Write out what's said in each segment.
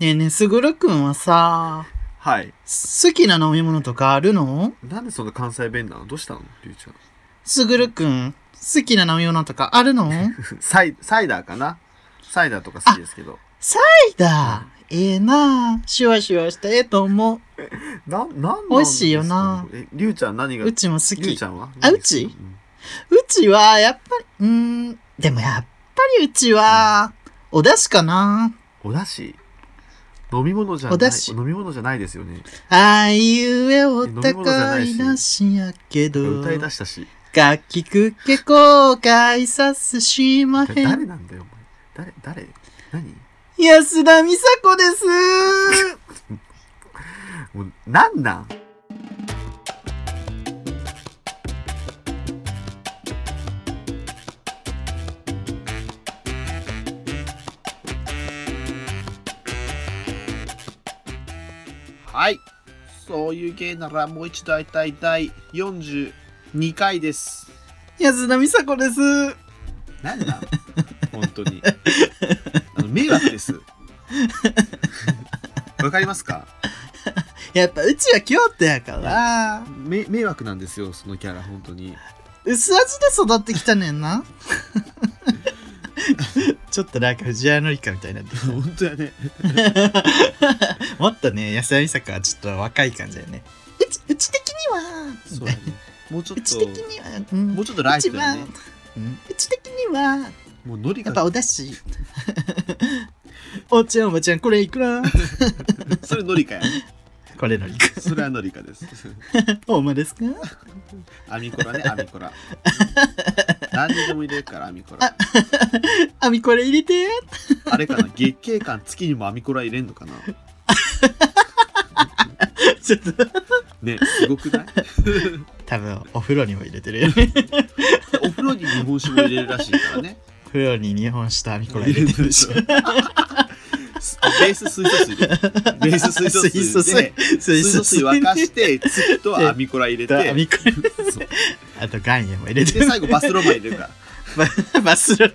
ねえねえ、すぐるくんはさ、はい。好きな飲み物とかあるのなんでそんな関西弁なのどうしたのりゅうちゃん。すぐるくん、好きな飲み物とかあるのサイ、サイダーかなサイダーとか好きですけど。いだ。ええなあシュワシュワしてええと思う。な、なんなん美味しいよなですかねえ、りゅうちゃん何が、うりちも好ゅうきち。ゃんはあうちんうちは、やっぱり、うーん、でもやっぱりうちは、お出汁かなおだし飲み物じゃない。お出汁飲み物じゃないですよね。あいうえお飲み物じゃ高ないいしなしやけど、歌い出したし。楽器くけ後悔さすしまだへん誰。なんだよ、お前。誰、誰何安田美沙子です。もう、なんなんはい。そういう芸ならもう一度会いたい第42回です。安田美沙子です。なんなん 本当に。あの迷 惑です。わかりますかやっぱうちは京都やから、め迷惑なんですよ、そのキャラ、本当に。薄味で育ってきたねんな。 ちょっとなんか藤原紀香みたいになってきた。 本当やね。もっとね、安田美沙子はちょっと若い感じだよね。うち、うち的には、 そうやね。もうちょうっちと的、には、うんもうちょっとライトだよねうち。はうんうち的には、もうノリやがっぱおだし。 おっちゃんおばちゃん、これいく らそれノリかやね。これのりか。それはノリかです。ほんまですかアミコラね、アミコラ。何にでも入れるから、アミコラ。あみこれ入れて。あれかな月経感月にもアミコラ入れんのかなちょっと。ねすごくない多分お風呂にも入れてるよねお風呂に日本酒も入れるらしいからねお風呂に日本酒とアミコラ入れてるし入れすベース水素水でベース水素水素水水で水素水沸かてして月とアミコラ入れアてミコラそうあと岩塩も入れてで最後バスロマ入れるからるバスロ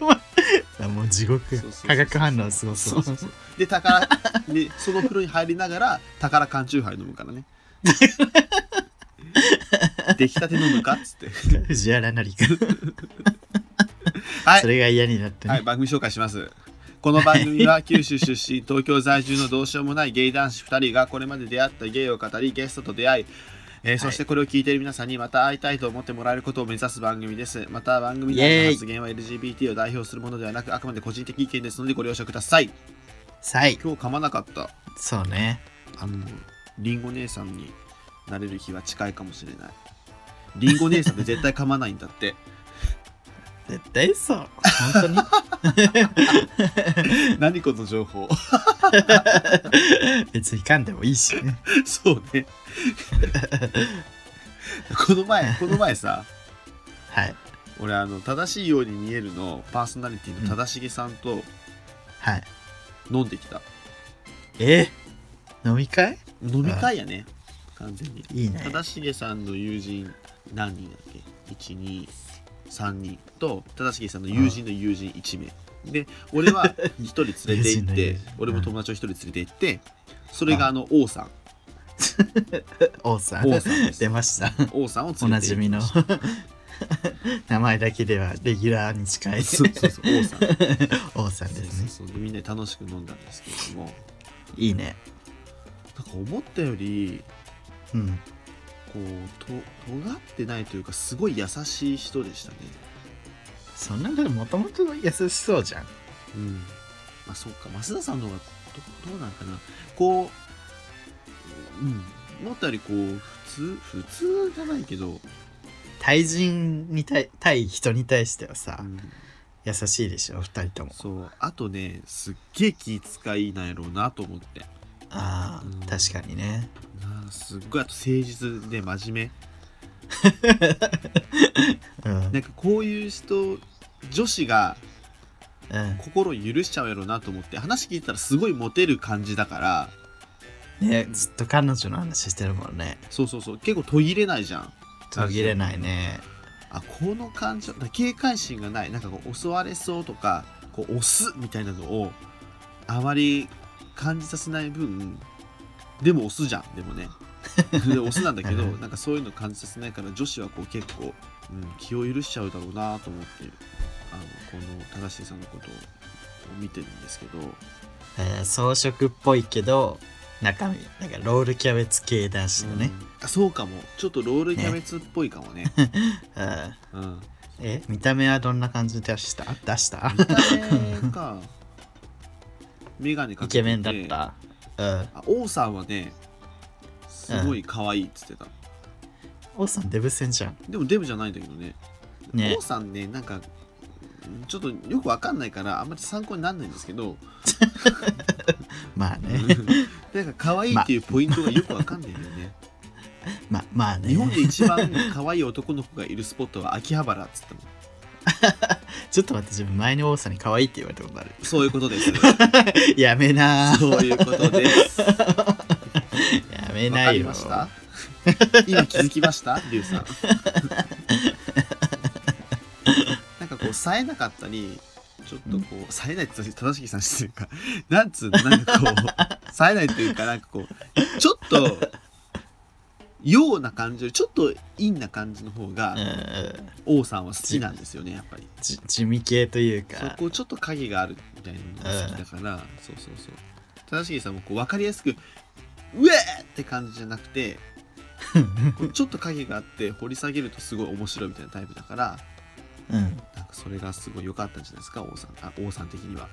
マもう地獄やそうそうそう化学反応すごそそううそうそう で宝でその風呂に入りながら宝缶チューハイ飲むから ね出来たて飲むかっつって藤原紀香はいそれが嫌になってはい、ね番組紹介します。この番組 は九州出身、東京在住のどうしようもないゲイ男子2人がこれまで出会ったゲイを語り、ゲストと出会い、えーそしてこれを聞いている皆さんにまた会いたいと思ってもらえることを目指す番組です。また番組内の発言は LGBT を代表するものではなく、あくまで個人的意見ですのでご了承ください。はい今日噛まなかった。そうねあの、リンゴ姉さんになれる日は近いかもしれない。リンゴ姉さんって絶対噛まないんだって。絶対そう本当に何この情報 別に噛んでもいいしねそうね。 この前、この前さ、はい俺あの正しいように見えるのパーソナリティの正成さんとはい飲んできた、え飲み会飲み会やね完全にいいね正成さんの友人何人だっけ123人と正成さんの友人の友人1名、で俺は1人連 れて行っ友人の友て人俺も友達を1人連れて行ってそれがあの王さん王さん王さんです出ました王さんを連れてお行きなましじたみの名前だけではレギュラーに近いそうそうそう王さん王さんですねそうそうそうみんなで楽しく飲んだんですけれどもいいねなんか思ったよりうんこうと尖ってないというかすごい優しい人でしたねそんなでもともと優しそうじゃんうんまあそうか増田さんの方がどどうなんかなこううん思ったよりこう普通普通じゃないけど、対人に対対人に対してはさ、うん優しいでしょ二人ともそうあとねすっげえ気遣いなんやろうなと思ってああ、うん確かにねなあすっごいあと誠実で真面うんうん目なんかこういう人女子が心を許しちゃうやろうなと思って話聞いたらすごいモテる感じだからねずっと彼女の話してるもんねそうそうそう結構途切れないじゃん途切れないねあこの感情だ警戒心がないなんかこう襲われそうとかこう押すみたいなのをあまり感じさせない分でもオスじゃんでもねでオスなんだけど なんかそういうの感じさせないから女子はこう結構、うん、気を許しちゃうだろうなと思ってあのこの正しいさんのことを見てるんですけどえー装飾っぽいけど中身なんかロールキャベツ系男子のね、うんあそうかもちょっとロールキャベツっぽいかもねうんうん、え見た目はどんな感じで出した出した見た 目か眼鏡かイけててケメンだったうんあ王さんはねすごい可愛いっつってた、王さんデブ戦じゃんでもデブじゃないんだけどねね王さんねなんかうんちょっとよくわかんないからあんまり参考にならないんですけどまあねなんか可愛いっていうポイントがよくわかんないんだよね、 まあまあね日本で一番可愛い男の子がいるスポットは秋葉原っつってもちょっと待って自分前に王さんに可愛いって言われたことある そういうことですやめなーそういうことですわ やめなかいりよました今気づきました リュウさんなんかこう冴えなかったりちょっとこう冴えないって言ったら正しきさんしてるかなんつうのなんかこう冴えないというかなんかこうちょっとような感じよりちょっと陰な感じの方うんうがん王さんは好きなんですよねやっぱりじ地味系というそかこちょっと影があるみたいなのが好きだから、そうそうそう正しきさんもこう分かりやすく「うえ!」って感じじゃなく てこうちょっと影があって掘り下げるとすごい面白いみたいなタイプだからうんなんかそれがすごい良かったんじゃないですか王さんあ王さん的には、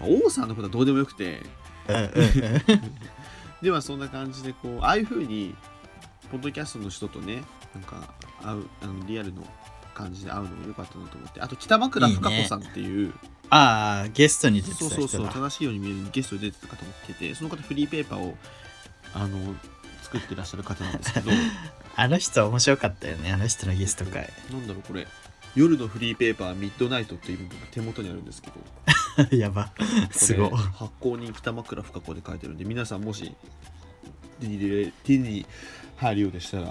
まあ王さんのことはどうでもよくてうんうんではそんな感じでこうああいう風にポッドキャストの人とねなんか会うあのリアルの感じで会うのも良かったなと思ってあと北枕深子さんっていうああゲストに出てたそう人だそうそう正しいように見えるゲストで出てた方も来ててその方フリーペーパーをあの作ってらっしゃる方なんですけどなあの人面白かったよねあの人 のゲスト会 んだろうこれ夜のフリーペーパーミッドナイトっていうのが手元にあるんですけ どやばすごいこれ発行人北枕深子で書いてるんで皆さんもし手に入れ手に入るようでしたら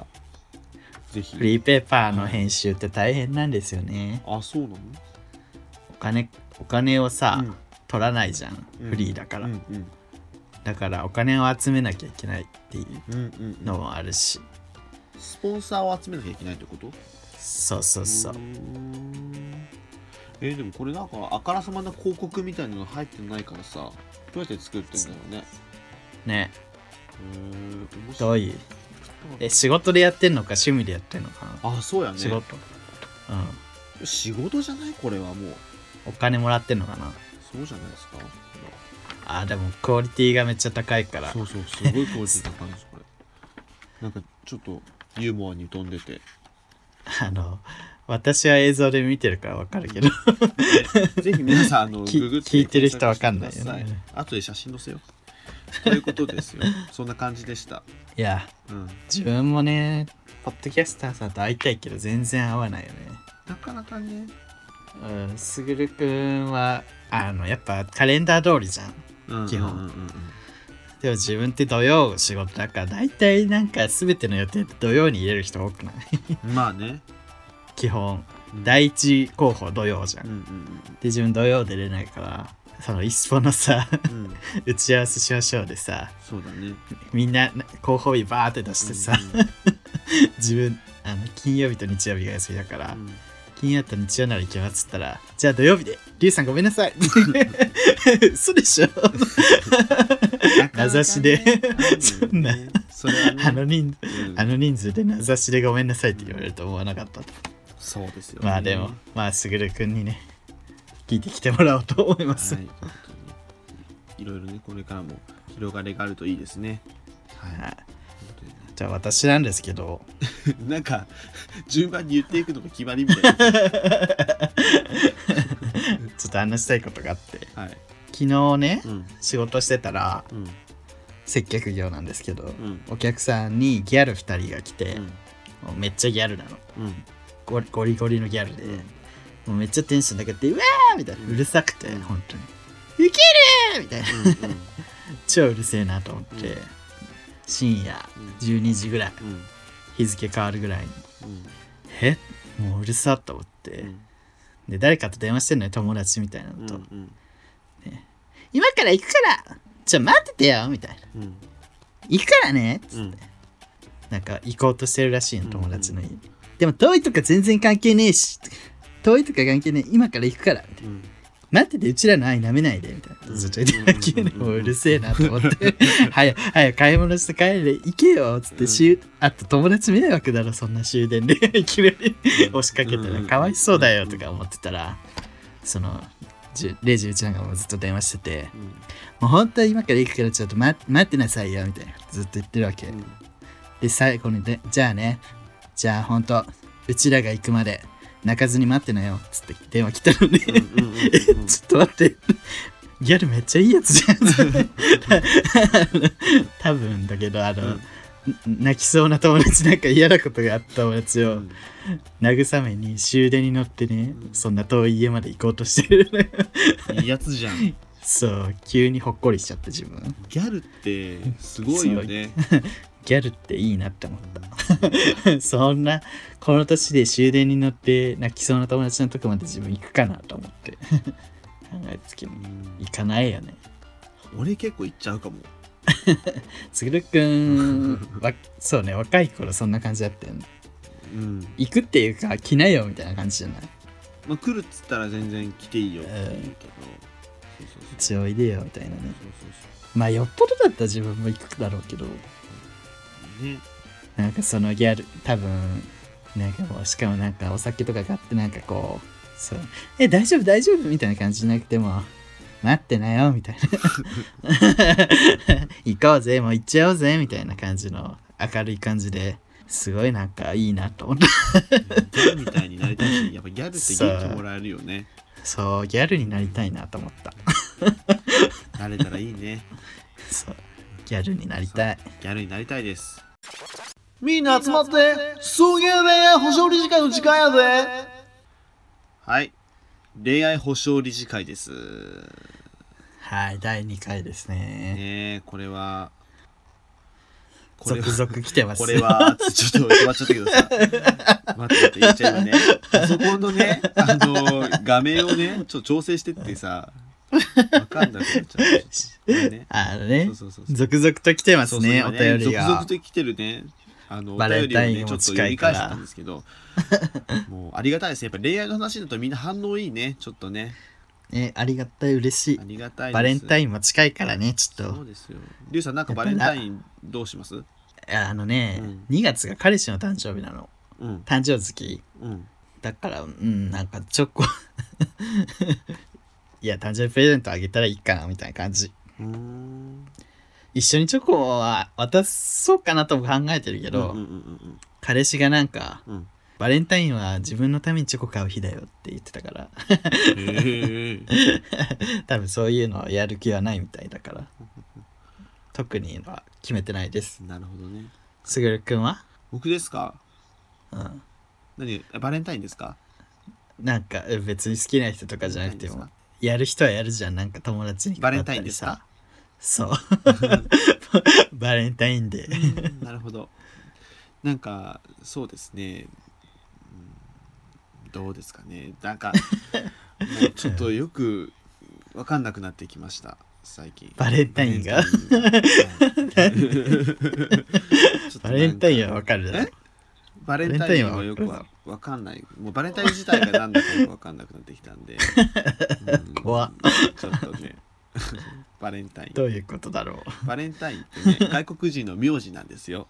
ぜフリひーペーパーの編集って大変なんですよねあそうなのお金お金をさ、うん取らないじゃん、うんフリーだから、うんうんだからお金を集めなきゃいけないっていううんうんうんのもあるしスポンサーを集めなきゃいけないってことそうそうそうーんえーでもこれなんかあからさまな広告みたいなの入ってないからさどうやって作ってんだろうねねへー面ど白ういいうえ仕事でやってんのか趣味でやってんのかな、あそうやね仕事うん仕事じゃないこれはもうお金もらってんのかなそうじゃないですかあでもクオリティがめっちゃ高いからそうそうすごいクオリティ高いんですこれなんかちょっとユーモアに飛んでて あの私は映像で見てるからわかる けどぜひ皆さんあ のきググって聞いてる人わかんないよね検索してください後で写真載せようということですよそんな感じでしたいやうん自分もねポッドキャスターさんと会いたいけど全然合わないよねなかなかねうんすぐるくんはあのやっぱカレンダー通りじゃんうん基本うんうんうんうんでも自分って土曜仕事だから大体なんか全ての予定って土曜に入れる人多くないまあね。基本第一候補土曜じゃんうでんうん自分土曜出れないからそのイスポのさ うんうん。打ち合わせしましょうでさそうだね。みんな候補日バーって出してさ、自分あの金曜日と日曜日が休みだから、うんうん金曜と日曜なら行けますっつったらじゃあ土曜日でリュウさんごめんなさい 嘘で しょ名指しでなかなかねそんなそれはね あの人うんあの人数で名指しでごめんなさいって言われると思わなかったそうですよね。まあでも、まあ、すぐるくんにね、聞いてきてもらおうと思いまはす。い。本当にいろいろね、これからも広がりがあるといいですね。 はい。はいじゃあ、私なんですけど、本当にねなんか、順番に言っていくのが決まりみたいな。ちょっと話したいことがあって、はい。昨日ねう、ん。仕事してたら、うん。接客業なんですけど、うん。お客さんにギャル2人が来て、もうめっちゃギャルなの。うん。ゴリゴリゴリのギャルで、うんもうめっちゃテンション上がって、うわーみたいな、うるさくて、うん本当に。ウケるみたいな、うん。超うるせえなと思って、うん深夜12時ぐらい、うん。うん日付変わるぐらいに、うんえもううるさと思って、で誰かと電話してんのよ友達みたいなうのんと、うん今から行くからちょ、待っててよみたいな。うん行くからねっつって、うんなんか行こうとしてるらしいの、友達の家、うんでも遠いとか全然関係ねえし、遠いとか関係ねえ、今から行くから。みたいなうん待ってて、うちらの愛舐めないで、みたいな。うんずっと言ってたけどうんもううるせえなと思 って。早く、早く買い物して帰れ、行けよ、つって、うん終あと友達迷惑だろ、そんな終電で。 いきなり押しかけたうんうら、んかわいそうだよ、とか思ってたら、その、10 0時うちなんかもずっと電話してて、もう本当は今から行くからちょっと待待ってなさいよ、みたいな。ずっと言ってるわけ。うんで、最後にで、じゃあね、じゃあ本当、うちらが行くまで泣かずに待ってなよ、つって電話来たのに、うんうんうんえ ちょっと待って。ギャルめっちゃいいやつじゃん。多分だけど、あの、泣きそうな友達なんか嫌なことがあった友達うをん慰めに終電に乗ってね、そんな遠い家まで行こうとしてる、いいやつじゃんギそう、急にほっこりしちゃった自分。ャルってすごいよねギャルっていいなって思った。 そんな、この年で終電に乗って泣きそうな友達のとこまで自分行くかなと思って。 考えつけうにん行かないよね。俺結構行っちゃうかもつぐるくんはそうね若い頃そんな感じだったよねうん行くっていうか来なよみたいな感じじゃないまあ来るっつったら全然来ていいよって言うけどそうそうそう一応いでよみたいなねそうそうまあよっぽどだったら自分も行くだろうけどそうねなんかそのギャル多分なんかもうしかもなんかお酒とか買ってなんかこうそうえ大丈夫大丈夫みたいな感じじゃなくても待ってなよみたいな 行こうぜもう行っちゃおうぜみたいな感じの明るい感じですごいなんかいいなと思ったギャルみたいになりたいしやっぱギャルって元気もらえるよねそうギャルになりたいなと思ったなれたらいいねそうギャルになりたいギャルになりたいですみんな集まって、送迎で保証理事会の時間やで。はい恋愛保障理事会ですはい第2回ですねねえこれはこれ続は々来てますこれ は、ちょっと止まっちゃったけどさ。待って待って、言っちゃうよね。パソコンの ね、あの画面をね、ちょっと調整してってさ、わかんなくなっちゃうちょっと。ごめんね あのねそうそうそうそう。続々と来てますそうそうね今お便りが続々と来てるねあのおバレン便りをタねインちょもっと近読いみから返してたんですけどもうありがたいですねやっぱ恋愛の話だとみんな反応いいねちょっとねえありがたい嬉しいありがたいですバレンタンインも近いからねちょっそうとですよリュウさんなんかバレンタインどうしますあのね、うん2月が彼氏の誕生日なのうん誕生月うんだからうんなんかチョコ いや誕生日プレゼントあげたらいいかなみたいな感じうーん一緒にチョコは渡そうかなとも考えてるけど、うんうんうん彼氏がなんかうんうんバレンタインは自分のためにチョコ買う日だよって言ってたから へえ多分そういうのをやる気はないみたいだから特には決めてないですなるほどねすぐるくんは、僕ですかうん、何バレンタインですかなんかえ別に好きな人とかじゃなくてバレンタインもでやる人はやるじゃんなんか友達にバレンタインですかそう バレンタインでうんなるほどなんかそうですね、うん、どうですかねなんかもうちょっとよく分かんなくなってきました最近バレンタインがバレンタインがちょっとなんかバレンタインはわかるだろえバレンタインはよくわわかんないもうバレンタイン自体が何だかよく分かんなくなってきた んで、うん怖っちょっとねバレンタインどういうことだろうバレンタインってね外国人の名字なんですよ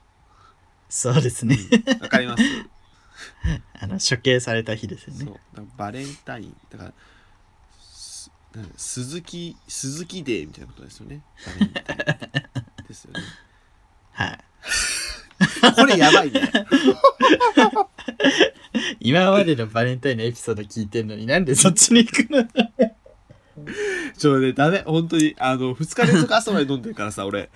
そうですねわかります あの処刑された日ですよそうねだからバレンタインだからすなんか鈴木鈴木デーみたいなことですよねバレンタインってですよねはいこれやばいね今までのバレンタインのエピソード聞いてんのになんでそっちに行くのちょねダメ本当にあの2日連続朝まで飲んでるからさ俺も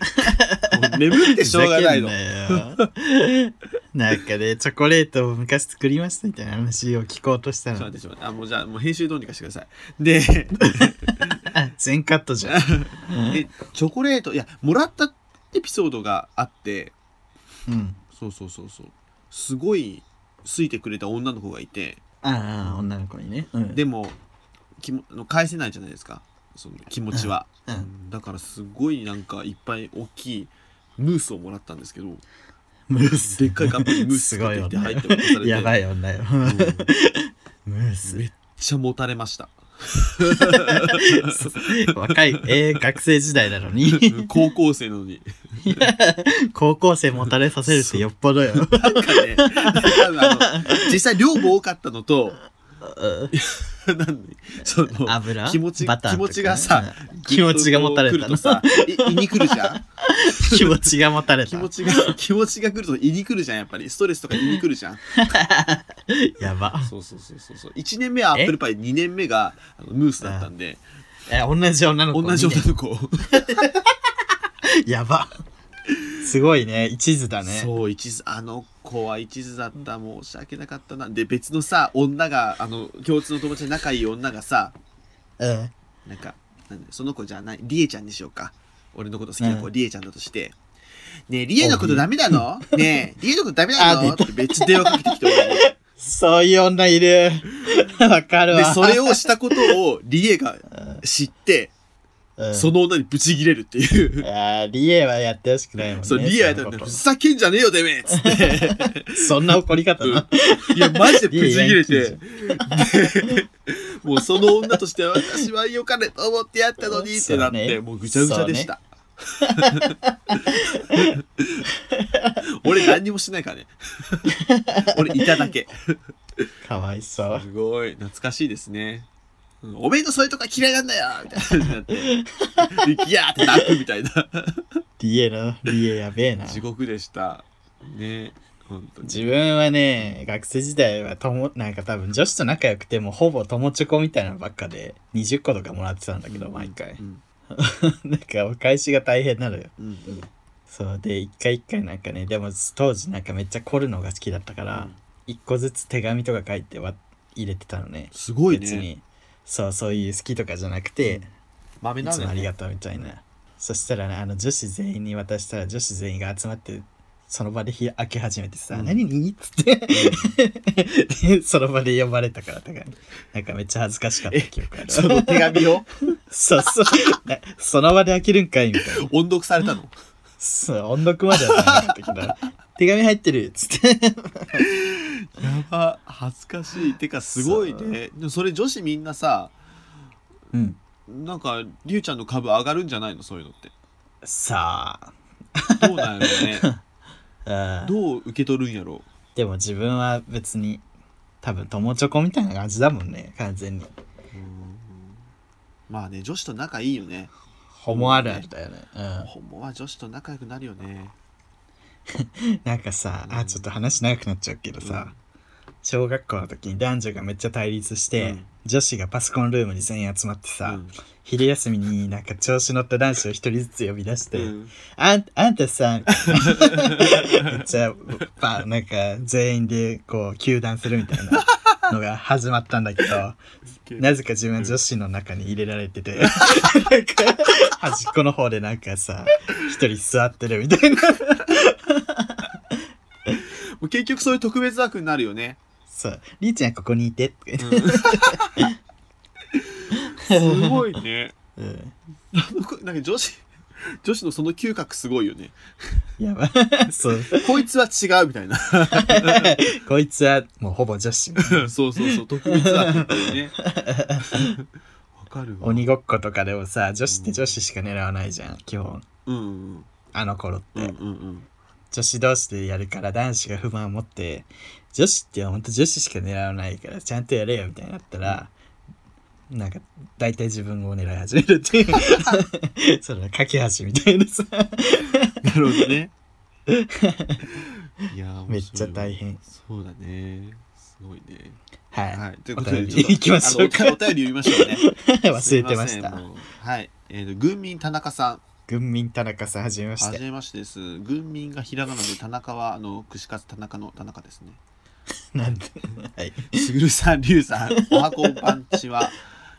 う眠くてしょうがないのふざけんなよなんかねチョコレートを昔作りましたみたいな話を聞こうとしたちょっとの待ってちょっと待ってあもうじゃあもう編集どうにかしてくださいであ全カット じゃんえチョコレートいやもらったエピソードがあってうんそうそうそうそうすごい好いてくれた女の子がいてああ女の子にね、うん、でもきも返せないじゃないですかその気持ちは、うんうんうんだからすごいなんかいっぱい大きいムースをもらったんですけどムースでっかいカップにムースすがごっいてきて女入って渡されて やばい女ようんめっムースちゃもたれました若い、えー学生時代なのに高校生なのに高校生もたれさせるってよっぽどよなんかね多分あの実際量も多かったのとなんでその油気持ちバター気とか持ちがさ気持ちがもたれたぐっとこう来るのとさい 胃に来るじゃん気持ちがもたれ気た持ちが 気持ちが来ると胃に来るじゃんやっぱりストレスとか胃に来るじゃんやばそうそうそうそうそう1年目はアップルパイ2年目があのムースだったんでえ同じ女の子同じ女の子やばすごいね一途だね そう一途あの子は一途だった申し訳なかったなで別のさ女があの共通の友達で仲いい女がさうんなんかなんだその子じゃないリエちゃんにしようか俺のこと好きな子、うんリエちゃんだとしてねえリエのことダメなのねえリエのことダメなのあってめっちゃ電話かけてき て俺にそういう女いるわかるでわそれをしたことをリエが知ってうんその女にブチギレるっていうあーリエはやってほしくないもんねそう、リアやったそんんなだこふとざけんじゃねえよ、てめえっつって。 そんな怒り方な、いや、マジでぶち切れリエヤて。で もうその女としては私は良かれと思ってやったのにってなっそうて、ねもうぐちゃぐちゃでした。俺何にもしてないからね。俺いただけ。かわいそうすごい、懐かしいですね。うんおめえのそういうとこ嫌いなんだよみたいな感じになって。でギヤーって泣くみたいな。リエのリエやべえな地獄でした。ね本当に。自分はね学生時代はともなんか多分女子と仲良くてもほぼ友チョコみたいなのばっかで20個とかもらってたんだけど毎回うんなんかお返しが大変なのようんうんそうで一回一回なんかねでも当時なんかめっちゃ凝るのが好きだったから一個ずつ手紙とか書いては入れてたのねすごい別ね。にそうそういう好きとかじゃなくて豆いなつんもだありね。がとうみたいなそしたらねあの女子全員に渡したら女子全員が集まってその場で日開け始めてさ「うん何に?」っつって でその場で呼ばれたからとかなんかめっちゃ恥ずかしかった記憶あるその手紙 をそうそうなその場で開けるんかいみたいな音読されたの。そう音読まではなかったけど手紙入ってるっつってやば、恥ずかしい。てか、すごいね。でもそれ女子みんなさ、うんなんか、りゅうちゃんの株上がるんじゃないのそういうのって。さあどうなんやろう ね。あーどう受け取るんやろでも自分は別に多分友チョコみたいな感じだもんね完全にう。うんまあね、女子と仲いいよね。ホモあるあるだよねうんほんまは女子と仲良くなるよね。なんかさあちょっと話長くなっちゃうけどさ、小学校の時に男女がめっちゃ対立して、うん女子がパソコンルームに全員集まってさ、うん昼休みになんか調子乗った男子を一人ずつ呼び出して「うんあんあんたさ」 めっち ゃばなんか全員でこう糾弾するみたいなのが始まったんだけどなぜか自分は女子の中に入れられてて、なんか端っこの方でなんかさ一人座ってるみたいな。もう結局そういう特別枠になるよね。そう、りーちゃんここにいてとか言って、 すごいね。うん、なんか女子、女子のその嗅覚すごいよね。やば そう、こいつは違うみたいな。こいつはもうほぼ女子。そうそうそう、特別枠っていう ね。わかるわ。鬼ごっことかでもさ、女子って女子しか狙わないじゃん、基本。うんうんあの頃って、うんうんうん女子同士でやるから男子が不満を持って、女子ってほんと女子しか狙わないから、ちゃんとやれよみたいになったら、なんか大体自分を狙い始めるって いうその架け橋みたいなさなるほどね。いやーめっちゃ大。変面白いわそうだね。すごいね。はい、はい。ということで、お便り行きましょうかあのお便り読みましょうね。 忘れてましすいせたんもうはい。えーと、軍民田中さん。軍民田中さんはじめましはてじめましてです。軍民がひらがなで、田中は、あの、串カツ田中の田中ですね。なんで、はい、すぐるさん、りゅうさん、 おはこんばんちは。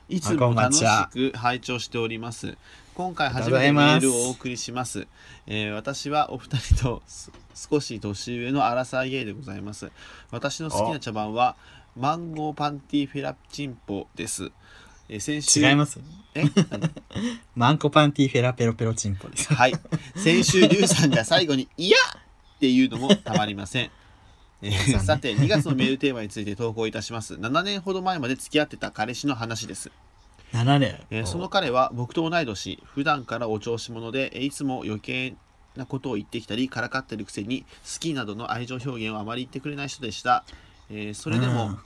いおつはこもんばん楽ちしはく拝聴しております。今回初あめてりメがーとうルございますをお送りします。えー私はお二人とす少し年上のアラサーゲイでございます。私の好きな茶番はマンゴーパンティフェラチンポです。えー先週 違いますよ。え マンコパンティフェラペロペロチンポです。はい。先週、リュウさんが最後に、いやっていうのもたまりません。え残ー念さて、2月のメールテーマについて投稿いたします。7年ほど前まで付き合ってた彼氏の話です。 7年。えーそのお彼は僕と同い年、普段からお調子者で、えーいつも余計なことを言ってきたり、からかってるくせに、好きなどの愛情表現をあまり言ってくれない人でした。えーそれでも、うん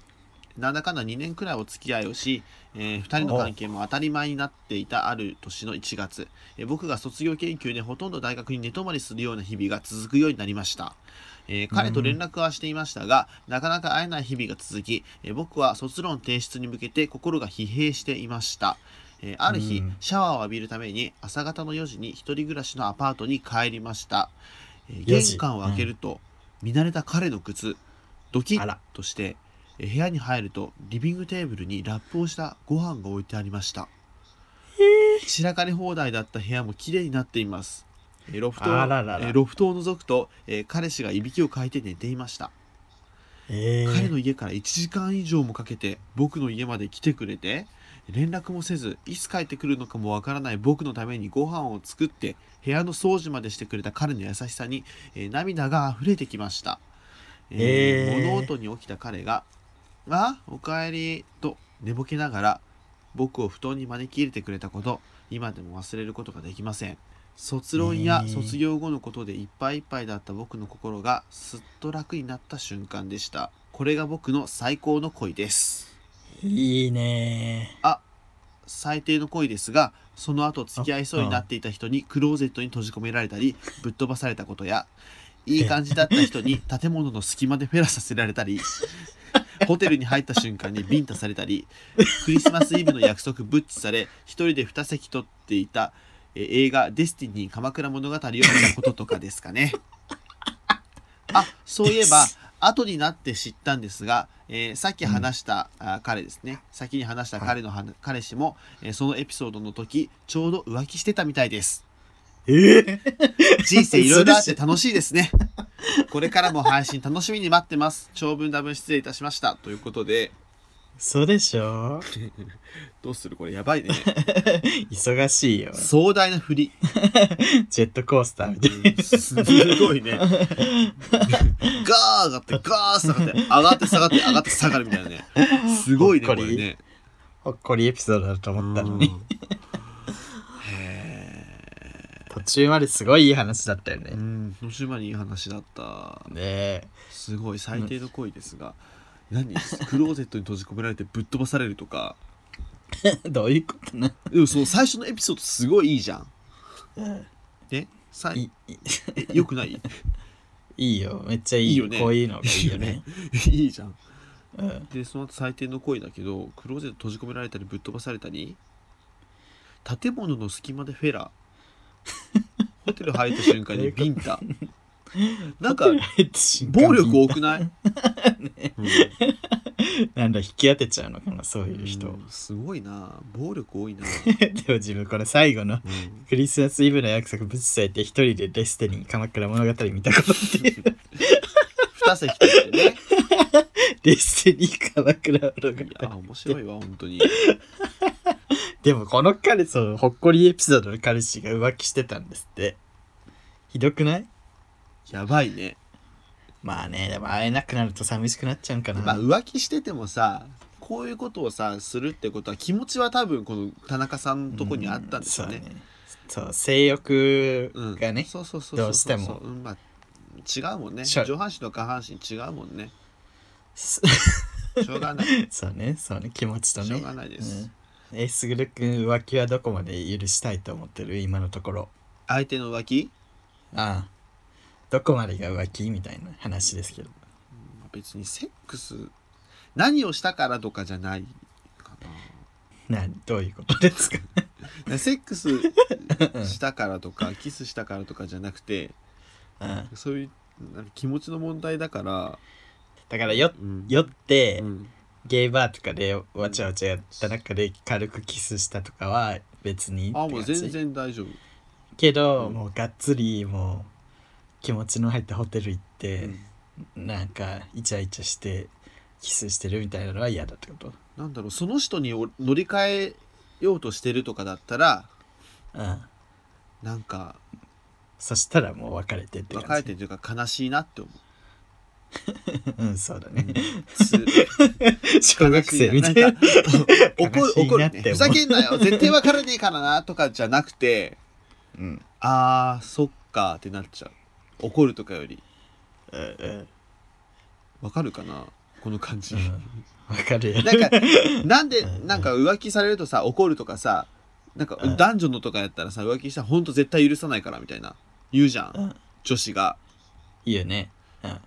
なんだかんだ2年くらいお付き合いをし、え2人の関係も当たり前になっていたある年の1月、えー僕が卒業研究でほとんど大学に寝泊まりするような日々が続くようになりました、えー彼と連絡はしていましたが、なかなか会えない日々が続き、えー僕は卒論提出に向けて心が疲弊していました、えーある日、うんシャワーを浴びるために朝方の4時に一人暮らしのアパートに帰りました、えー4時玄関を開けると、見慣れた彼の靴ドキあッらとしてえー部屋に入るとリビングテーブルにラップをしたご飯が置いてありました散らかり放題だった部屋も綺麗になっていますえーロフトをあらららえーロフトを覗くと、えー彼氏がいびきをかいて寝ていましたえ彼ー、の家から1時間以上もかけて僕の家まで来てくれて連絡もせずいつ帰ってくるのかもわからない僕のためにご飯を作って部屋の掃除までしてくれた彼の優しさに、えー涙が溢れてきました、えーえー物音に起きた彼が「あおかえり」と寝ぼけながら僕を布団に招き入れてくれたこと今でも忘れることができません卒論やえー卒業後のことでいっぱいいっぱいだった僕の心がすっと楽になった瞬間でしたこれが僕の最高の恋ですいいね最低の恋ですがその後付き合いそうになっていた人にクローゼットに閉じ込められたりぶっ飛ばされたことやいい感じだった人に建物の隙間でフェラさせられたりホテルに入った瞬間にビンタされたりクリスマスイブの約束ブッチされ一人で2席取っていたえー映画「デスティニー鎌倉物語」を見たこととかですかね。あそういえばです後になって知ったんですが、えーさっき話した、あ彼ですね先に話した彼のはな、彼氏も、えーそのエピソードの時ちょうど浮気してたみたい ですえー、人生いろいろあって楽しいですねこれからも配信楽しみに待ってます長文多分失礼いたしましたということでそうでしょどうするこれやばいね忙しいよ。 壮大な振りジェットコースターみたいすごいね。ガー上がって、ガー下がって、上がって下がって、上がって下がるみたいな ね。すごいね、ほこっこりれね。ほっこりエピソードだと思ったのうに。んへ途中まですごいいい話だったよーうね。ん、のしまにいい話だった。ねえ。 すごい、最低の恋ですが。何クローゼットに閉じ込められてぶっ飛ばされるとか。どういうことなでもその最初のエピソードすごいいいじゃん。ねさいいえよくない いいよ。めっちゃいいいいよねこういうのがいいよい いね。いいじゃん。うんでその後最低の恋だけどクローゼット閉じ込められたりぶっ飛ばされたり建物の隙間でフ ェラホテル入った瞬間にビンタ なんか暴力多くない、 うんなんだ、引き当てちゃうのかな、そういう人。うんすごいな暴力多いな、 でも自分これ最後のうんクリスマスイブの約束ぶち裂いて一人でデスティニー鎌倉物語見たことっていう二席とってねデスティニー鎌倉物いや語面白いわ本当にでもこの彼そのほっこりエピソードの彼氏が浮気してたんですってひどくないやばいねまあねでも会えなくなると寂しくなっちゃうんかな、まあ浮気しててもさこういうことをさするってことは気持ちは多分この田中さんのとこにあったんですよね、うそうそう性欲うんがね、そうそうそうそうどうしてもうんまあ、違うもんねしょ上半身と下半身違うもんね そしょうがないそうね そうね気持ちとねしょうがないです、うん、えすぐるくん浮気はどこまで許したいと思ってる今のところ相手の浮気ああどこまでが浮気みたいな話ですけどまあ別にセックス何をしたからとかじゃないかなどういうことです かなセックスしたからとかキスしたからとかじゃなくてうんそういうなんか気持ちの問題だから、だからようん酔って、うんゲイバーとかでわちゃわちゃやった中で軽くキスしたとかは別にってあもう感じ全然大丈夫、けど、うんもうがっつりもう気持ちの入ったホテル行って、うんなんかイチャイチャしてキスしてるみたいなのは嫌だってことなんだろうその人にお乗り換えようとしてるとかだったらうん。なんかそしたらもう別れてって別れ感じ。てるというか悲しいなって思ううん、そうだね。 つ小学生みたいな。んか怒る悲しい怒なるって思うねふざけんなよ絶対別れねえからなとかじゃなくてうん。あーそっかってなっちゃう怒るとかよりうんうんわかるかなこの感じ、わかるよ。 なんかなんでうんなんか浮気されるとさ怒るとかさなんかうん男女のとかやったらさ浮気したらほんと絶対許さないからみたいな言うじゃうんん。女子がいいよね。うん。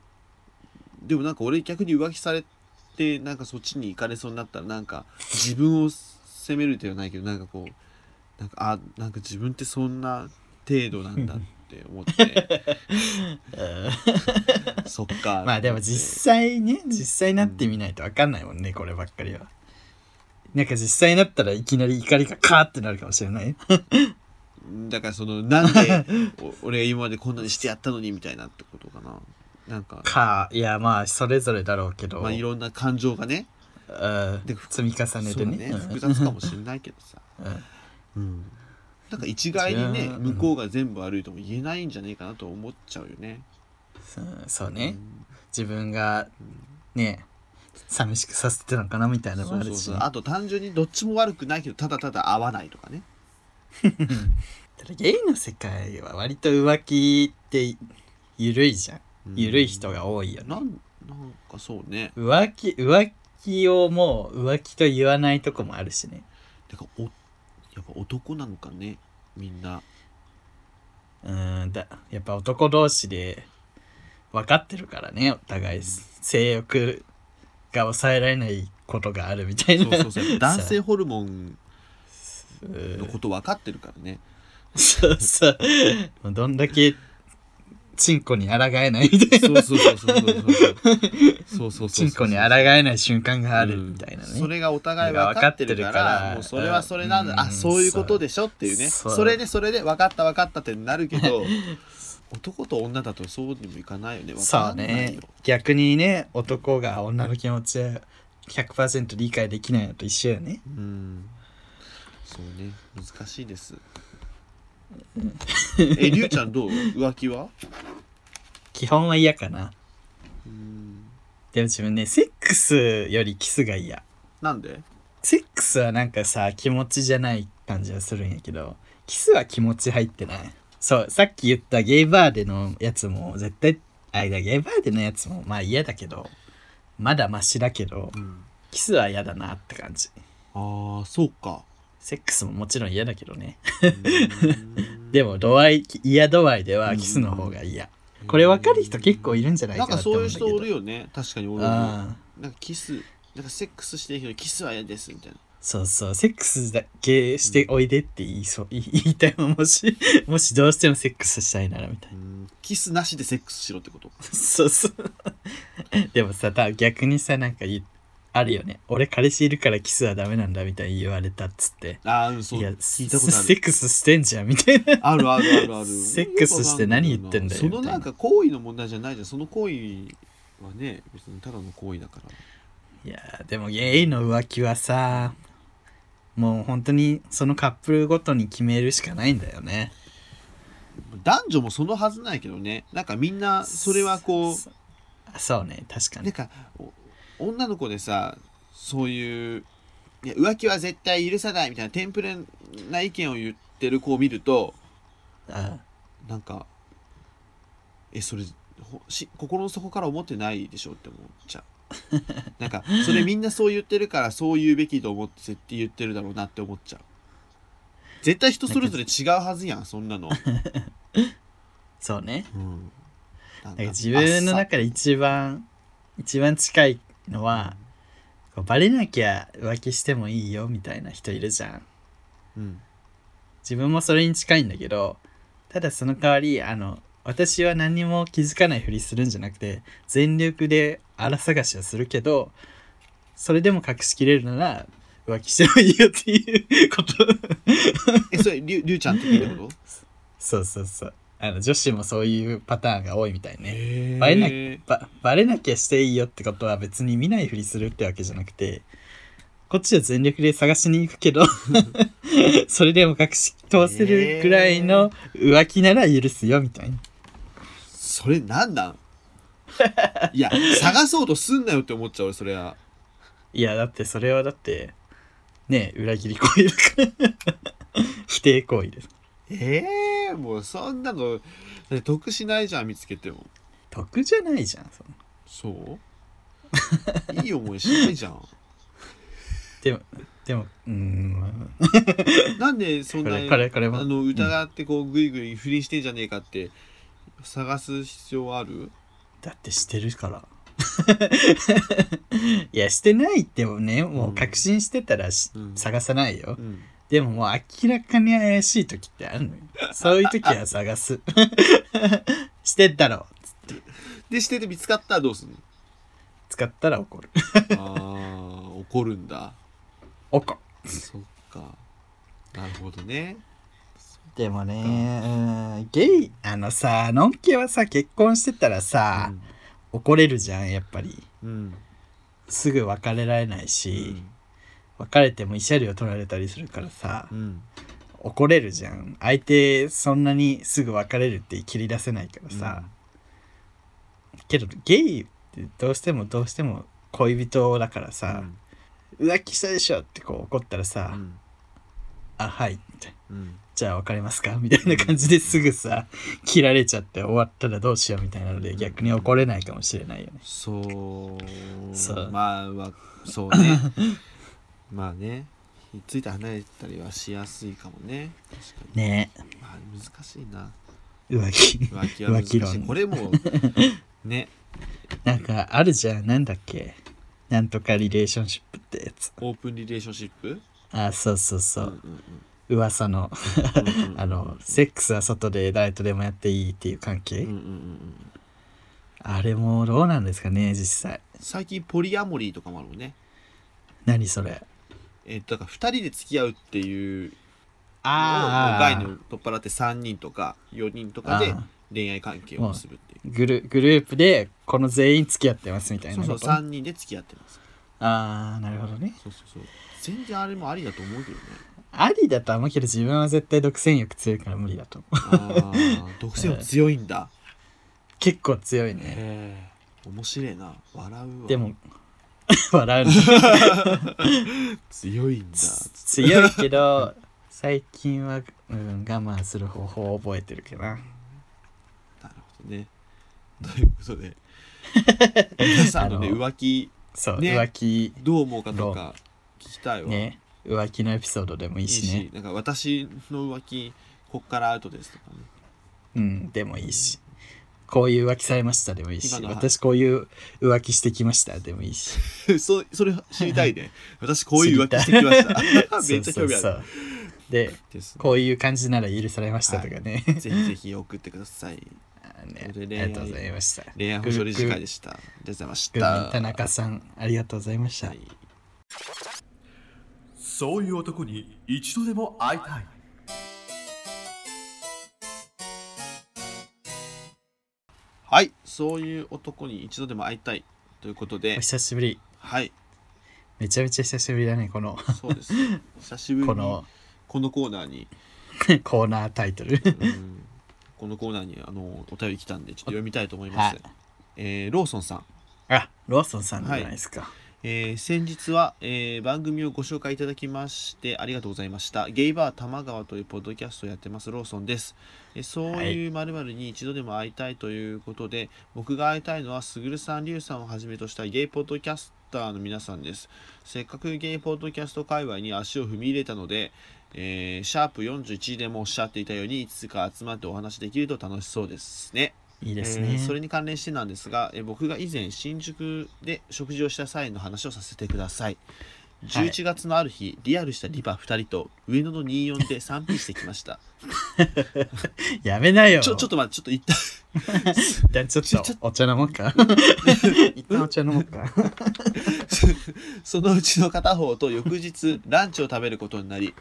でもなんか俺逆に浮気されてなんかそっちに行かれそうになったらなんか自分を責めるではないけどなんかこうなんかあなんか自分ってそんな程度なんだって思っ てうんそっかまあでも実際ね実際なってみないと分かんないもんねこればっかりはなんか実際になったらいきなり怒りがカーってなるかもしれないよだからそのなんでお 俺が今までこんなにしてやったのにみたいなってことかななんかカーいやまあそれぞれだろうけど、まあいろんな感情がねうんで積み重ねそてうねね複雑かもしれないけどさ、うん うんうん、なんか一概にじねゃあ向こうが全部悪いとも言えないんじゃないかなと思っちゃうよね。そうそうねうん自分がね寂しくさせてたのかなみたいなのそもあうそるうしそうねあと単純にどっちも悪くないけどただただ合わないとかねただゲイの世界は割と浮気って緩いじゃんうん緩い人が多いよねなんなんかそうね浮気浮気をもう浮気と言わないとこもあるしねてかおやっぱ男なのかねみん なうーんだやっぱ男同士で分かってるからねお互い性欲が抑えられないことがあるみたいなそうそうそう男 性さホルモンうのーこと分かってるか らねそうそうもうどんだけチンコに抗えないみたいなそうそう そうそうそうそうそうそうそうチンコに抗えない瞬間があるみたいなね、うんそれがお互い分かってるか分かってるかららもうそれはそれなんだ、うんあそういうことでしょっていうねそそうれでそれで分かった分かったってなるけ ど男と女だとそうにもいかないよね分そかうんないねよ逆にね男が女の気持ちを100%理解できないのと一緒よねうんそうね難し いですえりゅうちゃんどう浮気は基本は嫌かなうんでも自分ねセックスよりキスが嫌なんでセックスはなんかさ気持ちじゃない感じがするんやけどキスは気持ち入ってないそうさっき言ったゲイバーでのやつも絶対あいやゲイバーでのやつもまあ嫌だけどまだマシだけどうんキスは嫌だなって感じああそうかセックスももちろん嫌だけどねうんでも度合い嫌度合いではキスの方が嫌 これ分かる人結構いるんじゃないなんかかなってそ思うういうんだけ人どおるよね確かにおるおるああなんかキスなんかセックスしてるけどキスは嫌ですみたいなそうそう、セックスだけしておいでって言いそう、言い言いたいもんもし、もしどうしてもセックスしたいならみたいな。キスなしでセックスしろってことそうそう。でもさ、た逆にさ、なんかいあるよね。俺彼氏いるからキスはダメなんだみたいに言われたっつって。ああうんそういや、聞いたことあセるックスしてんじゃんみたいな。あるあるあるある セックスして何言ってんだよそみのたいななんか行為の問題じゃないじゃんその行為はね別にただの行為だからいやー、でもゲイの浮気はさ、もう本当にそのカップルごとに決めるしかないんだよね。男女もそのはずないけどねなんかみんなそれはこうそそうね、確かなんに。かお女の子でさそういういや浮気は絶対許さないみたいなテンプレな意見を言ってる子を見るとあなんかえそれほし心の底から思ってないでしょって思っちゃう なんかそれみんなそう言ってるからそう言うべきと思って絶対言ってるだろうなって思っちゃう絶対人それぞれ違うはずやんそん なの、そうね。うん、なんなんか自分のあっさ中で一番一番近いのはこうバレなきゃ浮気してもいいよみたいな人いるじゃんうん自分もそれに近いんだけどただその代わりあの私は何にも気づかないふりするんじゃなくて全力で荒探しはするけどそれでも隠しきれるなら浮気してもいいよっていうこと えそれりゅりゅうちゃんって聞いたことそうそうそうあの女子もそういうパターンが多いみたいねえバレなババレなきゃしていいよってことは別に見ないふりするってわけじゃなくてこっちは全力で探しに行くけど それでも隠し通せるくらいの浮気なら許すよみたいなそれなんなんいや探そうとすんなよって思っちゃう俺それはいやだってそれはだってねえ裏切り行為だから 不定行為ですええもうそんなのだって得しないじゃん見つけても得じゃないじゃんそのそう いい思いしないじゃんでもでもうーんまあなんでそんこなれこれこれもあの疑ってこうグイグイ不倫してんじゃねえかって探す必要あるだってしてるから いやしてないってもねもう確信してたらし、うん探さないようんでももう明らかに怪しい時ってあるのよそういう時は探す してんだろでしてて見つかったらど うすんの使ったら怒るあー怒るんだ怒るそっかなるほどねでもねうんゲイあのさのんけはさ結婚してたらさ、怒れるじゃんやっぱりうんうんすぐ別れられないし、別れても慰謝料取られたりするからさ、うん怒れるじゃん相手そんなにすぐ別れるって切り出せないからさ、けどゲイってどうしてもどうしても恋人だからさ、浮気したでしょってこう怒ったらさう、んあはいみたいなうんじゃあ別れますかみたいな感じですぐさ切られちゃって終わったらどうしようみたいなので逆に怒れないかもしれないよねそうそうまあわそう ねまあねひっついて離れたりはしやすいかもね確かにねまあ難しいなえ浮気浮気は難浮し気い論これもね なんかあるじゃんなんだっけなんとかリレーションシップってやつオープンリレーションシップ、あそうそうそううんうん噂のうんうんあのセックスは外で誰とでもやっていいっていう関係、うんうんうんうんあれもどうなんですかね実際最近ポリアモリーとかもあるもんね何それえっとだから2人で付き合うっていうあ概念ーを取っ払って3人とか4人とかであー恋愛関係を結ぶっていうグルグループでこの全員付き合ってますみたいなそうこそうと3人で付き合ってますああなるほどねそうそうそう全然あれもありだと思うけどねありだとは思うけど自分は絶対独占欲強いから無理だと思う あー独占欲強いんだ結構強いねへえ面白いな笑うわでも 笑うの強いんだ強いけど最近は、うん、我慢する方法を覚えてるけどななるほどねというこ とで皆さんのねあの浮気そう、ね浮気どう思うかとか聞きたいわ、ね浮気のエピソードでもいいいいししねなんか私の浮気こっからアウトですとかね うん、でもいいし。こういう浮気されましたでもいいし今、のは私こういう浮気してきましたでもいいし。そそれ知りた いね。私こういう浮気してきました。 めっちゃ そうそ興味ある。うそうで、ですねこういう感じなら許されましたとかね。ぜひぜひ送ってください。ね あそりれでがとうございました。恋愛保証理事会でした。ありがとうございましグルメたン。田中さん、ありがとうございました。はいそういう男に一度でも会いたいはい、そういう男に一度でも会いたいということおで、久しぶり。はい、めちゃめちゃ久しぶりだね、この、そうです。久しぶりこにこの のコーナーに、コーナータイトル。うんこのコーナーにあのお便り来たんでちょっと読みたいと思います。はえーローソンさん、あ、ローソンさんじゃないですか。えー先日は、えー番組をご紹介いただきましてありがとうございましたゲイバー玉川というポッドキャストをやってますローソンです、えーそういうまるに一度でも会いたいということで、僕が会いたいのはすぐるさんりゅうさんをはじめとしたゲイポッドキャスターの皆さんですせっかくゲイポッドキャスト界隈に足を踏み入れたので、えーシャープ41でもおっしゃっていたようにいつか集まってお話できると楽しそうですねいいですえねー。それに関連してなんですが、えー僕が以前新宿で食事をした際の話をさせてくださいはい11月のある日、リアルしたリバ2人と上野の24で 3P してき ましたやめなよ。ちょちょっと待ってちょっと一 旦一旦ちょっと、ちょお茶飲もうか。一旦お茶飲もう か。そのうちの片方と翌日ランチを食べることになり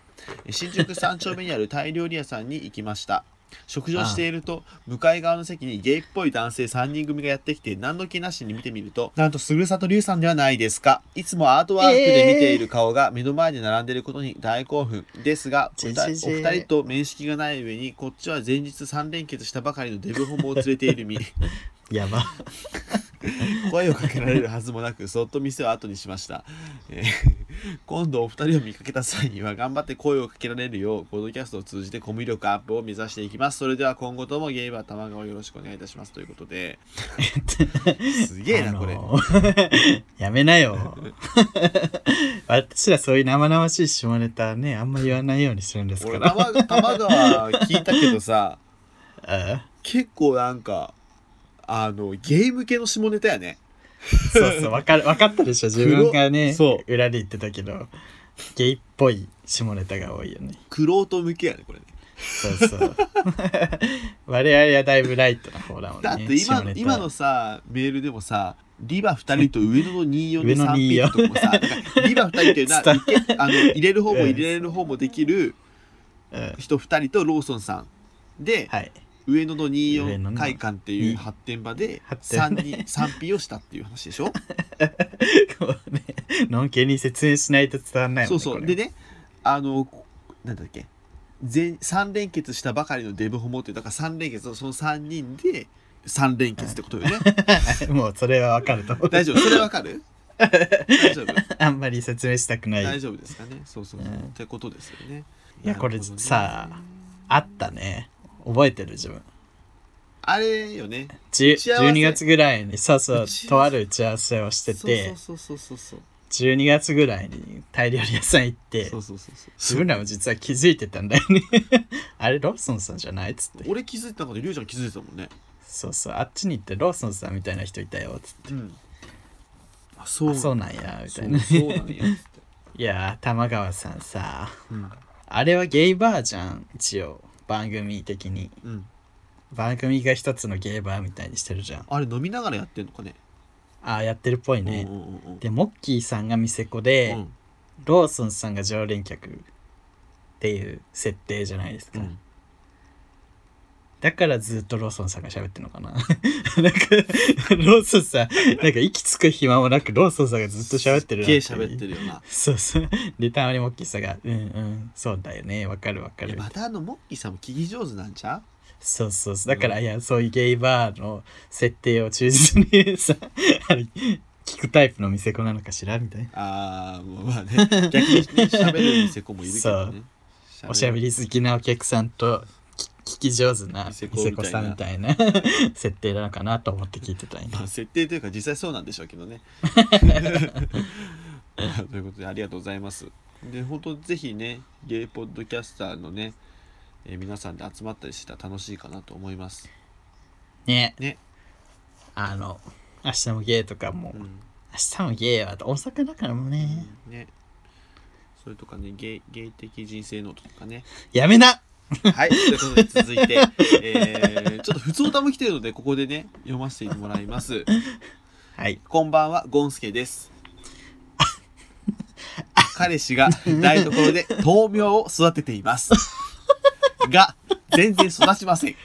えー新宿三丁目にあるタイ料理屋さんに行きました食事をしていると向かい側の席にゲイっぽい男性3人組がやってきて何の気なしに見てみるとなんとすぐさとりゅうさんではないですかいつもアートワークで見ている顔が目の前に並んでいることに大興奮ですが、じおじたおじ二人と面識がない上にこっちは前日3連結したばかりのデブホモを連れている身やば。声をかけられるはずもなくそっと店を後にしました、えー 今度お二人を見かけた際には頑張って声をかけられるようポッドキャストを通じてコミュ力アップを目指していきますそれでは今後ともゲイバー玉川をよろしくお願いいたしますということですげえなこれ、あのー やめなよ。私らそういう生々しい下ネタね、あんま言わないようにするんですか俺ら。玉玉川聞いたけどさあ結構なんかあのゲーム系の下ネタやねそうそう、わかる、わかったでしょ。自分がね黒そ、裏で言ってたけど、ゲイっぽい下ネタが多いよね。クロート向けやねこれねそうそう。我々はだいぶライトな方だもんね。だって今下ネタ今のさメールでもさリバ2人と上野の24上で野3ピットもさだからリバ2人ってい うのは伝いけあの入れる方も入れられる方もできるうん人2人とローソンさんで、はい。上野の上野24の会館っていう発展場で発展3人 3P をしたっていう話で しょこうね、のんけに説明しないと伝わんないもんそうね。そうこでれねあのなんだっけ全3連結したばかりのデブホモっていうだから3連結のその3人で3連結ってことよね もうそれはわかると思う。大丈夫それわ かる大丈夫あんまり説明したくない。大丈夫ですかねそうそうそう、うんってことですよねいやこれなるほどねさあったね覚えてる自分あれよねじゅ打ち合わせ12月ぐらいにそうそう打ち合とわせある打ち合わせをしててそうそうそうそうそう12月ぐらいにタイ料理屋さん行ってそうそうそうそう自分らも実は気づいてたんだよね あれローソンさんじゃないっつって俺気づいたのでりゅうちゃん気づいてたもんねそうそうあっちに行ってローソンさんみたいな人いたよっつってうんあそうあそうなんやみそたういなそうなんやつって、いやー玉川さんさうんあれはゲイバーじゃん一応番組的にうん、番組が一つのゲイバーみたいにしてるじゃんあれ飲みながらやってんのかねああやってるっぽいね、うんうんうんうんでモッキーさんが店子で、うんローソンさんが常連客っていう設定じゃないですか、うんだからずっとローソンさんが喋ってるのかな なんかローソンさんなんか息つく暇もなくローソンさんがずっと喋ってるすっげえ喋ってるるよなそうそうでたまにモッキーさんが「うんうんそうだよねわかるわかいやるま」たあのモッキーさんも聞き上手なんちゃそうそうそうだから、いやそういうゲイバーの設定を忠実にさあれ聞くタイプの店子なのかしらみたいなうあーもうまあね逆にね喋れる店子もいるけ どねおしゃべりり好きなお客さんとき聞き上手なニセ店コ子さんみたいな 設定なのかなと思って聞いてたんやまあ、設定というか実際そうなんでしょうけどね。 まあということでありがとうございます。で本当ぜひねゲイポッドキャスターのね、えー皆さんで集まったりしたら楽しいかなと思います。ねねあの明日もゲイとかもうん明日もゲイは大阪だからもうねねそれとかねゲイゲイ的人生ノートとかね。やめなはいということで続いて、えーちょっと普通歌も来てるのでここでね読ませてもらいます。はいこんばんは、ゴンスケです。彼氏が台所で豆苗を育てています。が、全然育ちません。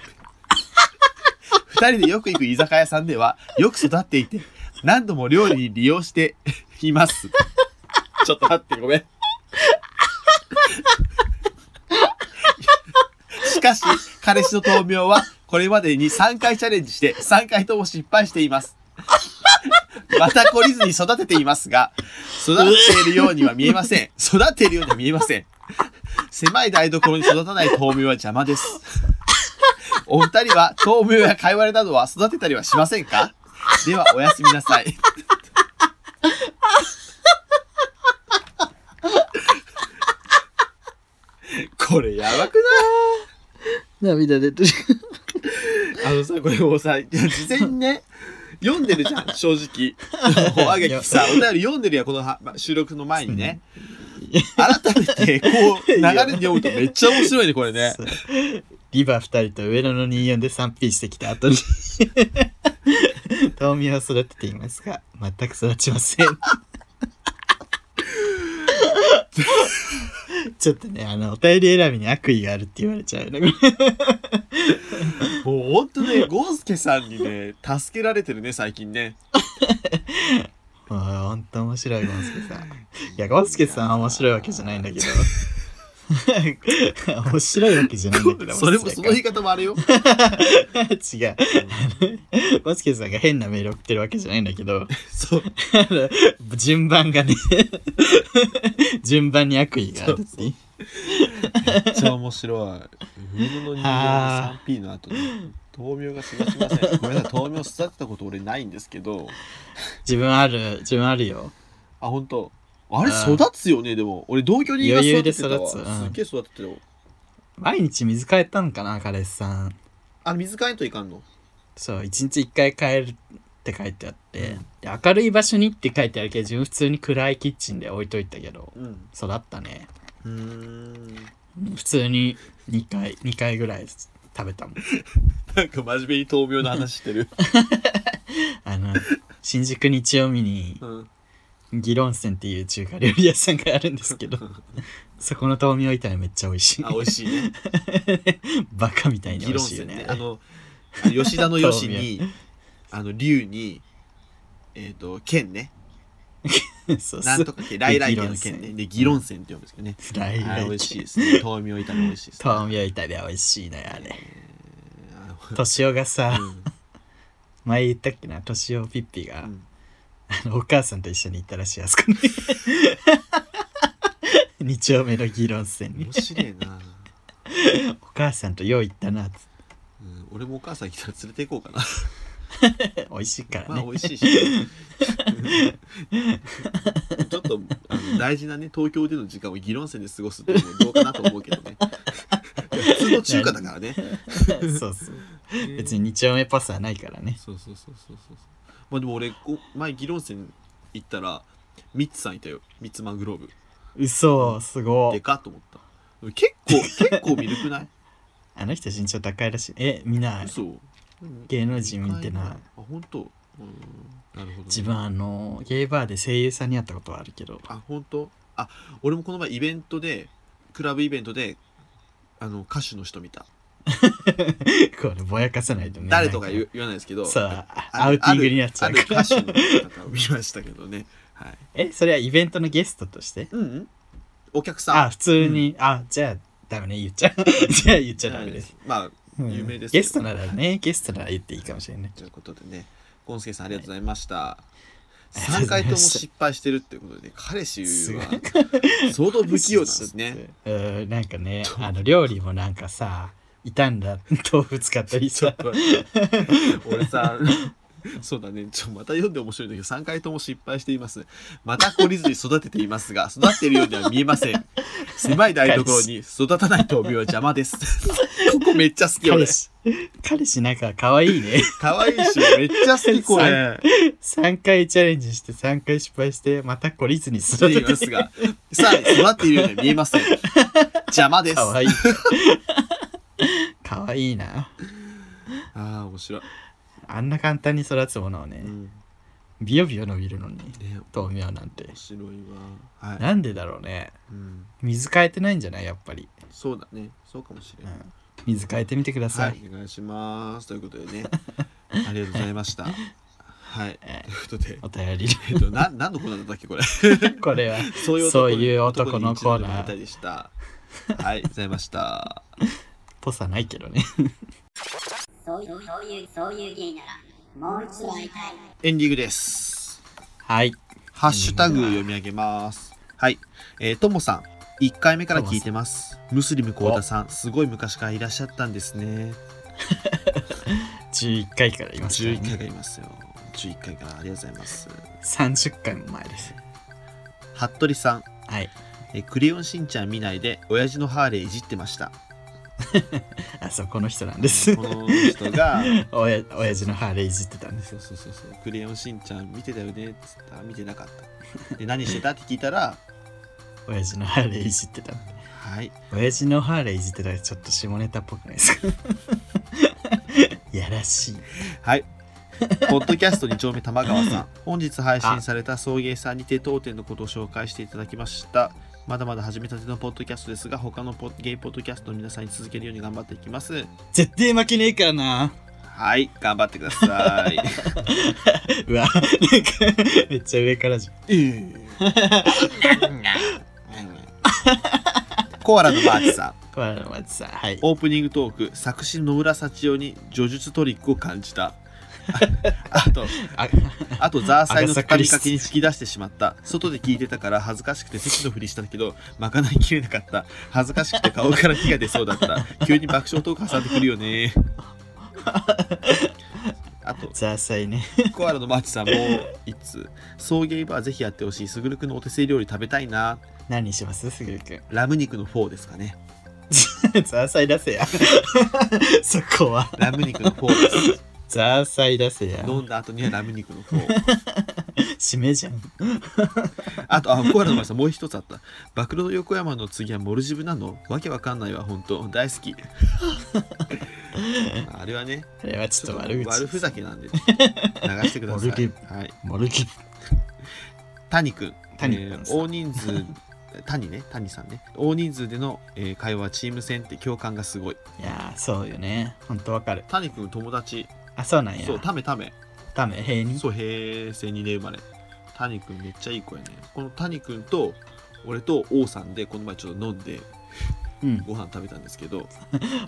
二人でよく行く居酒屋さんでは、よく育っていて、何度も料理に利用しています。ちょっと待って、ごめん。しかし、彼氏の豆苗は、これまでに3回チャレンジして、3回とも失敗しています。また懲りずに育てていますが、育っているようには見えません。育っているようには見えません。狭い台所に育たない豆苗は邪魔です。お二人は豆苗や貝割れなどは育てたりはしませんかではおやすみなさい。これやばく涙出てるないあのさ、これもうさ、いや事前に ね、読んでるじゃん、正直。おあげきさ、お便り読んでるやんこのはま収録の前にね。改めて、こう、流れで読むとめっちゃ面白いね、これね。リバー2人と上野の24で 3P してきた後に豆苗を育てていますが 全く育ちませんちょっとね、あの、お便り選びに悪意があるって言われちゃうね。もうほんとね、ゴンスケさんにね、助けられてるね、最近ね。もうほんと面白い、ゴンスケさん。いや、ゴンスケさんは面白いわけじゃないんだ けど。面白いわけじゃないんだけど。それもその言い方もあれ 違よ。う。ゴンスケさんが変なメール送ってるわけじゃないんだけど、 そう。あの順番がね、 順番に悪意があるっていう。めっちゃ面白い。上野の人間の 3P の後に、豆苗が育ちません。ごめんなさい、豆苗育てたこと俺ないんですけど、自分ある、自分あるよ。あ、ほんと。あれうん育つよね、でも。俺、同居人が余育裕てでてたわ。育つすうんっげえ育ててるわ。毎日水変えたのかな、彼氏さん。あ、水替えんといかんのそう、一日一回変えるって書いてあって、で明るい場所にって書いてあるけど、自分普通に暗いキッチンで置いといたけど、うん。育ったね。うーん。普通に2回、2回ぐらい食べたもん。なんか真面目に豆苗の話してる。あの、新宿日曜日に、 うん。ギロンセンっていう中華料理屋さんがあるんですけど、そこの豆苗炒めめっちゃ美味しいあ、。美味し いね。バカみたいに美議論味しいすよるねね。。あの、あの吉田の吉に、あの、龍に、えっ、と、剣ね。 そうなそんうと。か剣、来来県の剣ね。で、議論戦って呼ぶんですけどね。ライあれ美味しいい。ですね。豆苗炒め美味しいですね。豆苗炒めは美味しいのよ、あれ。あの年おがさ、うん前言ったっけな、年おピッピが、うんあのお母さんと一緒に行ったらしい、あそこ に。2丁目の議論戦に面白いな、お母さんとよう行ったなっつっうん俺もお母さん来たら連れて行こうかな。て美味しいからまあね、美味しいし。 ちょっとあの大事なね、東京での時間を議論戦で過ごすっていうのもどうかなと思うけどね。普通の中華だからね。そうそう別に2丁目パスはないからねそうそうそうそうそうそうまあでも俺こ前議論戦行ったらミッツさんいたよミッツマングローブ嘘すごでいかっと思った結構結構見るくないあの人身長高いらしいえ見ない嘘芸能人見てないあ本当うんなるほどね、自分あのゲイバーで声優さんに会ったことはあるけどあ本当あ俺もこの前イベントでクラブイベントであの歌手の人見たこれぼやかさないとね誰とかなん言う言わないですけどさああアウティングになっちゃうあるからある歌手の方を見ましたけどね、はい、えそれはイベントのゲストとしてうんうんお客さんあ普通に、あじゃあダメね言っちゃう じゃあ言っちゃダメです、まあうん有名ですけどゲストならねゲストなら言っていいかもしれないということでね、ゴンスケさんありがとうございました。ありがとう3ござ回いとまもした失敗してるってことで、彼氏すごいは相当不器用なんですね。うんなんかねあの料理もなんかさ傷んだ 豆腐使ったりちょさっと待って 俺さ、そうだね、ちょまた読んで面白いんだけど、3回とも失敗しています。また懲りずに育てていますが、育っているようには見えません。狭い台所に育たない豆苗は邪魔です。ここめっちゃ好き彼俺。氏彼氏なんか可愛いね 可愛いし、めっちゃ好きこれ。 3回チャレンジして3回失敗してまた懲りずに育育てていてますが、さらに育っているようには見えません。邪魔でてす。可愛い 可愛いなああ面白い、あんな簡単に育つものをねうん、ねビヨビヨ伸びるのに面豆苗なんて白いわはい、なんでだろうねうん、水変えてないんじゃないやっぱり、そうだねそうかもしうれない、ん、水変えてみてくださ、はいいお願いしますということで ねありがとうございましたはいとえいうことでお便り えっと、な何のコーナーだったっけこれこれは そういうそうにいう男のコーナー男に一度でも会いたいでしたはいございましたぽさないけどねそういう、そういう、そういう芸なら、もう一度会いたい。エンディングですはいハッシュタグ読み上げます。はい。えーともさん、1回目から聞いてます。ムスリムコウタさん、すごい昔からいらっしゃったんですね。 11回からいますから11ね回がいますよ。11回からありがとうございます。 30回も前です服部さん、はいえークレヨンしんちゃん見ないで、親父のハーレーいじってました。あそうこの人なんですこの 人が、おや親父のハーレーいじってたんですそうそうそうそう、クレヨンしんちゃん見てたよねっつったら見てなかった。で、何してたって聞いたら、親父のハーレーいじってたはい。親父のハーレーいじってたらちょっと下ネタっぽくないですか やらしいはい。ポッドキャスト2丁目 玉川さん、本日配信された送迎さんにて当店のことを紹介していただきました。まだまだ始めたてのポッドキャストですが、他のポッゲイポッドキャストの皆さんに続けるように頑張っていきます。絶対負けねえからな。はい、頑張ってくだ さい。うわ、なんかめっちゃ上からじゃん。コアラのマーチさん、これはまずさ、はい。オープニングトーク、作詞野村幸男に叙述トリックを感じ た。ああと、ああとザーサイの畳みかけに突き出してしまった。外で聞いてたから恥ずかしくて席のふりしたけど、まかないきれなかった。恥ずかしくて顔から火が出そうだった。急に爆笑トーク挟んでくるよね。あと、ザーサイね。コアラのマーチさんも、いつ、送迎バーぜひやってほしい。すぐるくんのお手製料理食べたいな。何にしますすぐるく ん。ラム肉のフォーですかね。ザーサイ出せや。 そこは。ラム肉のフォーです。ザーサイ出せや。飲んだ後にはラム肉のフォー。締めじゃん。あと、あ、コアラのマーチさんもう一つあった。暴露の横山の次はモルジブなのわけわかんないわ、ほんと。大好き。 あれはね、あれはちょっと悪口。ふざけなんで、流してくださモルジいブ。はい、モルキ谷君、谷え君ーさん大人数、谷ね、谷さんね。大人数での、えー会話はチーム戦って共感がすごい。いやー、そうよね。ほんとわかる。谷君、友達、あ、そうなんや。そう、ためため。ダメ、平に。そう、平成2年生まれ。谷君めっちゃいい子やね。この谷君と俺と王さんでこの前ちょっと飲んでうん。ご飯食べたんですけど、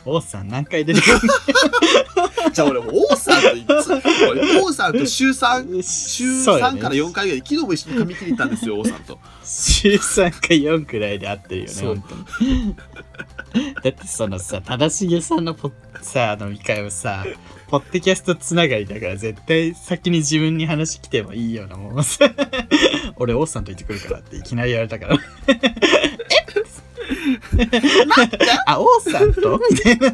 王さん何回出てくじゃあ俺王さんといつ、俺王さんと週3、る 週そうよ3ねから4回ぐらい、昨日も一緒に髪切りに行ったんですよ、王さんと。週3か4くらいで合ってるよね、そう本当に。だってそのさ、正成さんのポさ、飲み会はさ、ポッドキャストつながりだから絶対先に自分に話来てもいいようなもんさ。俺、王さんと言ってくるからっていきなり言われたから。 えあ、王さんとみたいな。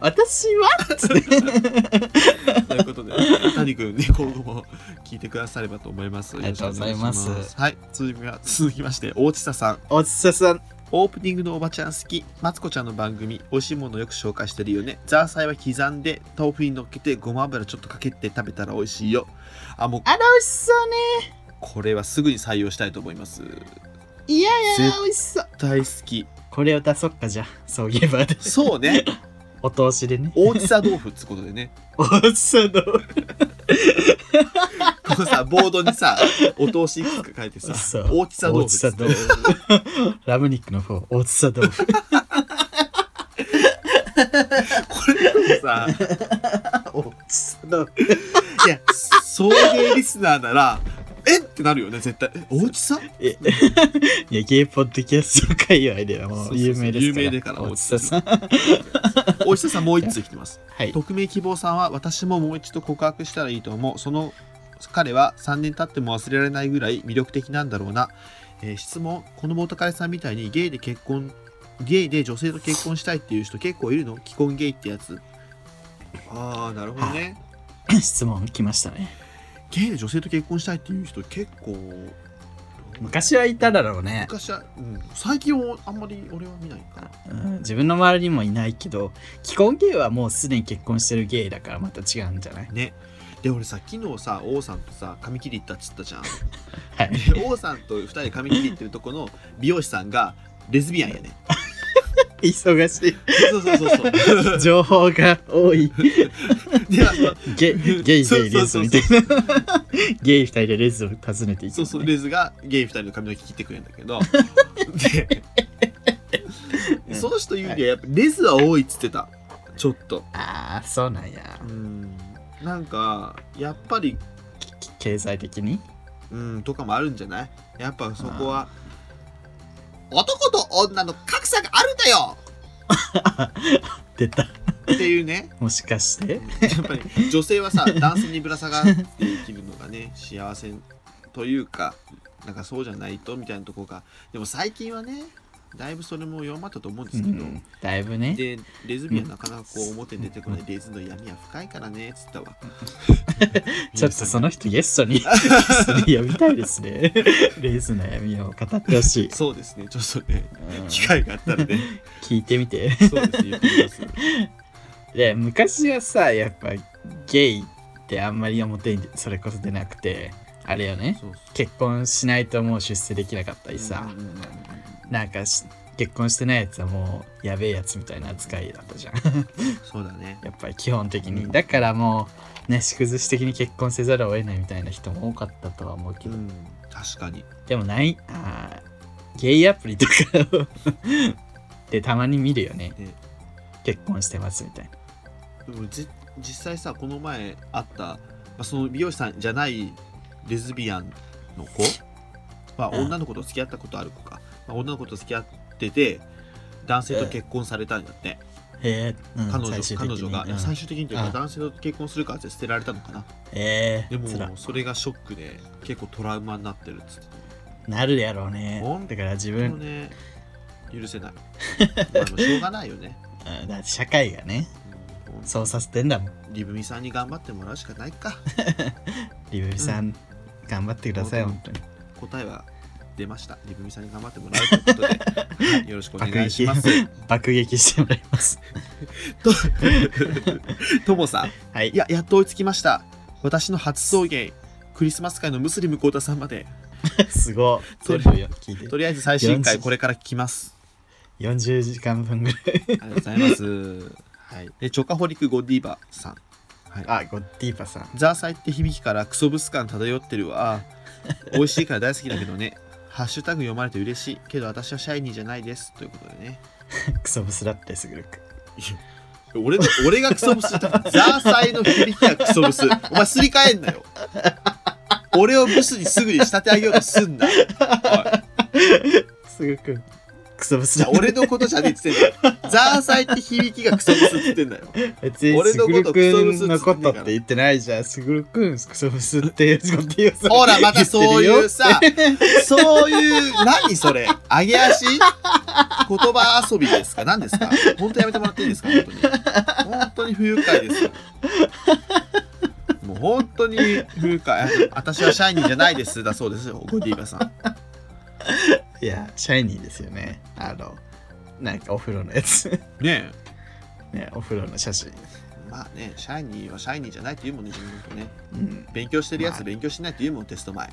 私はつって。ということで、谷君ね、今後も聞いてくださればと思います。ありがとうございますよろしくお願いしはい、続きが続きまして、大地田さん。おつささん。オープニングのおばちゃん好き、マツコちゃんの番組、美味しいものよく紹介してるよね。ザーサイは刻んで、豆腐に乗っけて、ごま油ちょっとかけて食べたら美味しいよ。あ、もうあら、美味しそうね。これはすぐに採用したいと思います。いやいやぜ、美味しそう。大好き。これを出そっか、じゃあ。そういえば、そ うね、お通しでね。大地田豆腐ってことでね、おっさんのこのさ、ボードにさ、お通しいくつか書いてさそう、大地田豆腐っつって大地ラム肉の方、おっさん豆腐。これでもさ、おっさん豆腐。いや、送迎リスナーなら、えってなるよね、絶対。え大地さんえ いや、ゲイポッドキャスト界隈ではもう有名ですから。有名だからおっさんさん。大地さんもう一通来てます。はい。匿名希望さんは、私ももう一度告白したらいいと思う。その彼は3年経っても忘れられないぐらい魅力的なんだろうな。えー質問、この元彼さんみたいにゲイで結婚、ゲイで女性と結婚したいっていう人結構いるの既婚ゲイってやつ。ああ、なるほどね。質問来ましたね。ゲイで女性と結婚したいっていう人結構昔はいただろうね。昔は、うん、最近はあんまり俺は見ないかな。うん、自分の周りにもいないけど、既婚ゲイはもうすでに結婚してるゲイだからまた違うんじゃないね。で俺さ昨日さ王さんとさ髪切り行ったっつったじゃん。はい。で王さんと2人で髪切り行ってるとこの美容師さんがレズビアンやね。忙しい。そうそうそうそう。情報が多 い。であのゲイ、ゲイでレズみたいな。ゲイ二人でレズを訪ねていく、そうね。そうレズがゲイ2人の髪の毛切ってくれるんだけど。でその人言うにはやっぱレズは多いっつってたちょっと。ああ、そうなんやう。んなんかやっぱりき経済的にうん、とかもあるんじゃないやっぱそこは男と女の格差があるんだよ出た。っていうねもしかして やっぱり女性は さ男性にぶら下がって生きるのがね幸せというかなんかそうじゃないとみたいなとこがでも最近はねだいぶそれも弱まったと思うんですけど、だいぶね。でレズビアンなかなかこう表に出てこないレズの闇は深いからねっつ ったわちょっとその人ゲストにゲ ストに呼びたいですね。レイズの闇を語ってほしい。そうですねちょっとねうん機会があったらね聞いてみて。 そうですね言ってみますで、昔はさ、やっぱゲイってあんまり表にそれこそ出なくて、あれよね。そうそう結婚しないともう出世できなかったりさう、んうんうんうんなんかし結婚してないやつはもうやべえやつみたいな扱いだった じゃんそうだねやっぱり基本的にだからもうね縮図的に結婚せざるを得ないみたいな人も多かったとは思うけうど、ん確かにでもないあーゲイアプリとかを でたまに見るよねね結婚してますみたいなでもじ実際さこの前あった、まあ、その美容師さんじゃないレズビアンの子、まあ、うん女の子と付き合ったことある子か、まあ、女の子と付き合ってて男性と結婚されたんだって、へえ、うん彼女最終的彼に女が、いやうん最終的にといううかん男性と結婚するからって捨てられたのかなええでつらもそれがショックで結構トラウマになってるっつってなるやろうねほんだとから自でも分、ね許せないまあでもしょうがないよね、うんだって社会がねうんそうさせてんだもんリブミさんに頑張ってもらうしかないかリブビさん、頑張ってください本当に答えは出ました。リブミさんに頑張ってもらうということで、はいよろしくお願いします。爆撃してもらい ますと ともさん、はいいや、やっと追いつきました。私の初送迎、クリスマス会のムスリムコータさんまで、すごい。全とり部よ聞いとて。りあえず最新回40これから聞きます。 40時間分ぐらい。ありがとうございます。はい、でチョカホリックゴディーバさん。はい、あ、ゴッディーパさん。ザーサイって響きからクソブス感漂ってるわ。美味しいから大好きだけどね。ハッシュタグ読まれて嬉しいけど私はシャイニーじゃないですということでね。クソブスだってすぐるく。俺の俺がクソブスだザーサイの響きがクソブスお前すり替えんなよ俺をブスにすぐに仕立て上げようとすんなおいすぐく。クソブスじだゃあ。俺のことじゃねえっつってんだよザーサイって響きがクソブスっつってんだよ別に俺すのぐこるとくクソブスんのことって言ってないじゃん。すぐるくん、クソブスってゴッディーパさ ん。ほらまたそういうさ言ってるよそういう何それ揚げ足言葉遊びですか何ですか本当やめてもらっていいですか本当に本当に不愉快ですよもう本当に不愉快あ私はシャイニーじゃないですだそうですよゴディーバさんいや、シャイニーですよね。あの、なんかお風呂のやつ。 ねね、お風呂の写真。えまあねシャイニーはシャイニーじゃないって言うもんね自分のことねうん、勉強してるやつまあ勉強しないって言うもんテスト前、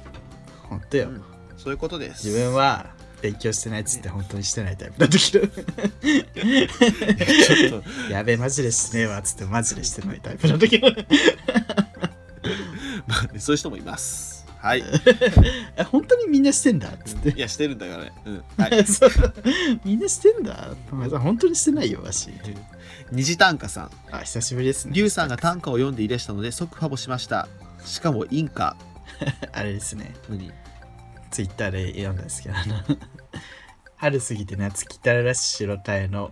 ほんとうよ。ん、そういうことです自分は勉強してないっつって本当にしてないタイプだったけど。 ちょっとやべえ、マジでしてねえわっつってマジでしてないタイプだったけど。まあねそういう人もいます はい え本当にみんなしてんだっつって いやしてるんだからねうんはいそうみんなしてんだお前さ本当にしてないよわし虹短歌さんあ久しぶりですねリュウさんが短歌を読んでいらしたので即ファボしましたしかもインカあれですね何ツイッターで読んだんですけどあの 春過ぎて夏来たらし白タイの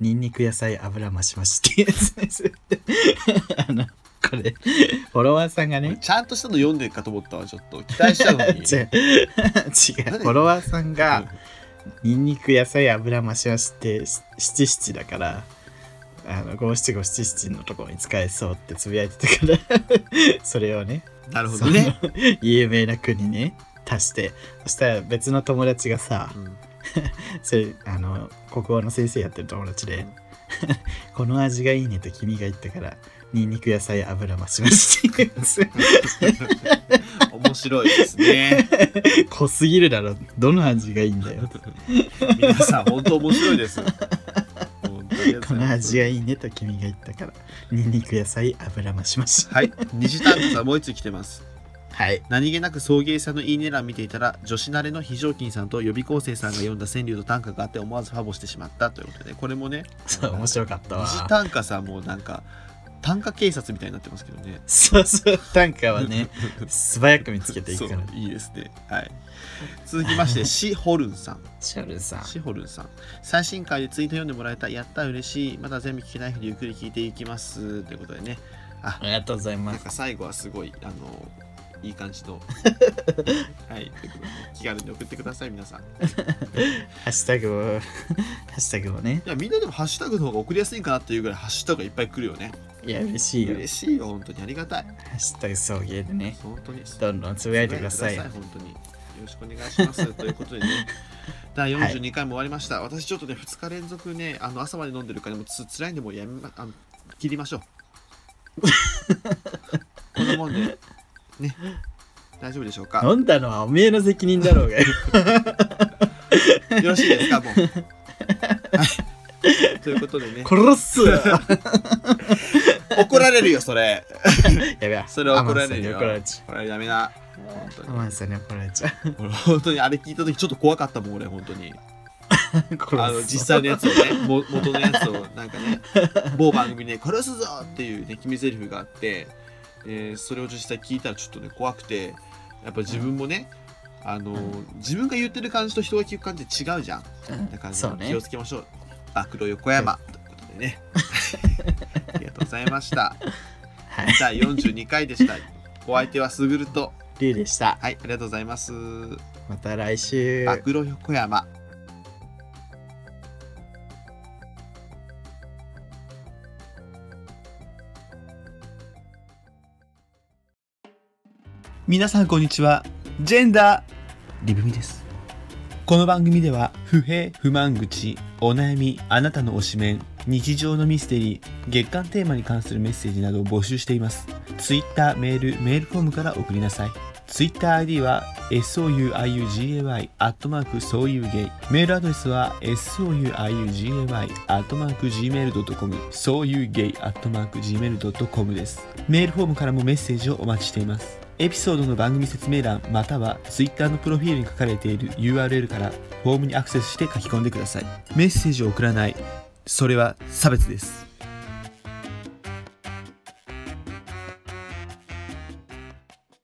ニンニク野菜油増し増しっていうやつですあのこれフォロワーさんがねちゃんとしたの読んでるかと思ったわちょっと期待しちゃうのに 違う違うフォロワーさんがニンニク野菜油増し増しってし七七だからあの五七五七七のところに使えそうってつぶやいてたから それをねなるほどね、その有名な国ね足してそしたら別の友達がさうんそれあの国語の先生やってる友達でこの味がいいねと君が言ったからニンニク野菜油増し増しっていうや つ面白いですね濃すぎるだろどの味がいいんだ よ皆さん本当面白いです本当にこの味がいいねと君が言ったからニンニク野菜油増し増しはい虹短歌さんもう一つ来てますはい何気なく送迎さんのいいね欄見ていたら女子慣れの非常勤さんと予備校生さんが読んだ川柳と短歌があって思わずファボしてしまったということでこれもねそう面白かったわ虹短歌さんもなんか短歌警察みたいになってますけどねそうそう短歌はね素早く見つけていくからそういいですねはい続きま してシホルンさんシャルさんシホルンさん最新回でツイート読んでもらえたやった嬉しいまだ全部聞けないのでゆっくり聞いていきますということでねあありがとうございまなんすか最後はすごいあのいい感じ のはいということで気軽に送ってください皆さんハッシュタグをハッシュタグをねいやみんなでもハッシュタグの方が送りやすいかなっていうぐらいハッシュタグがいっぱい来るよねいや嬉しいよ嬉しいよ本当にありがたいハッシュタグ送迎でね本当にどんどんつぶやいてくださいよ本当によろしくお願いしますということでね 第42回も終わりました、私ちょっとね2日連続ねあの朝まで飲んでるからもうつ辛いんでもうやめまあの切り ましょうこんなもんでね大丈夫でしょうか 飲んだのはおめえの責任だろうがよ よろしいですか、もう。はい。ということでね、殺す や 怒られるよ、それ。べえそれ怒られるよ。アマンさんに怒られちこれダメな。本ゃう当アにマンさんに怒られちゃう俺本当にあれ聞いた時ちょっと怖かったもん俺本当にあの殺す実際のやつをねも 元のやつをなんかね某番組で、ね「殺すぞ!」っていう、ね、決め台詞があって、えーそれを実際聞いたらちょっとね怖くてやっぱ自分もね、あの自分が言ってる感じと人が聞く感じ違うじゃんだから、そうね気をつけましょう暴露横山ということでね ありがとうございましたはい第42回でしたお相手はすぐるとリュウでしたはいありがとうございますまた来週暴露横山皆さんこんにちはジェンダーリブミですこの番組では不平不満口お悩みあなたの推しメン日常のミステリー月間テーマに関するメッセージなどを募集していますツイッターメールメールフォームから送りなさいツイッター ID は souiugay アットマークそういうゲイメールアドレスは souiugay アットマーク gmail.com そういうゲイアットマーク gmail.com ですメールフォームからもメッセージをお待ちしていますエピソードの番組説明欄またはツイッターのプロフィールに書かれている URL からフォームにアクセスして書き込んでくださいメッセージを送らないそれは差別です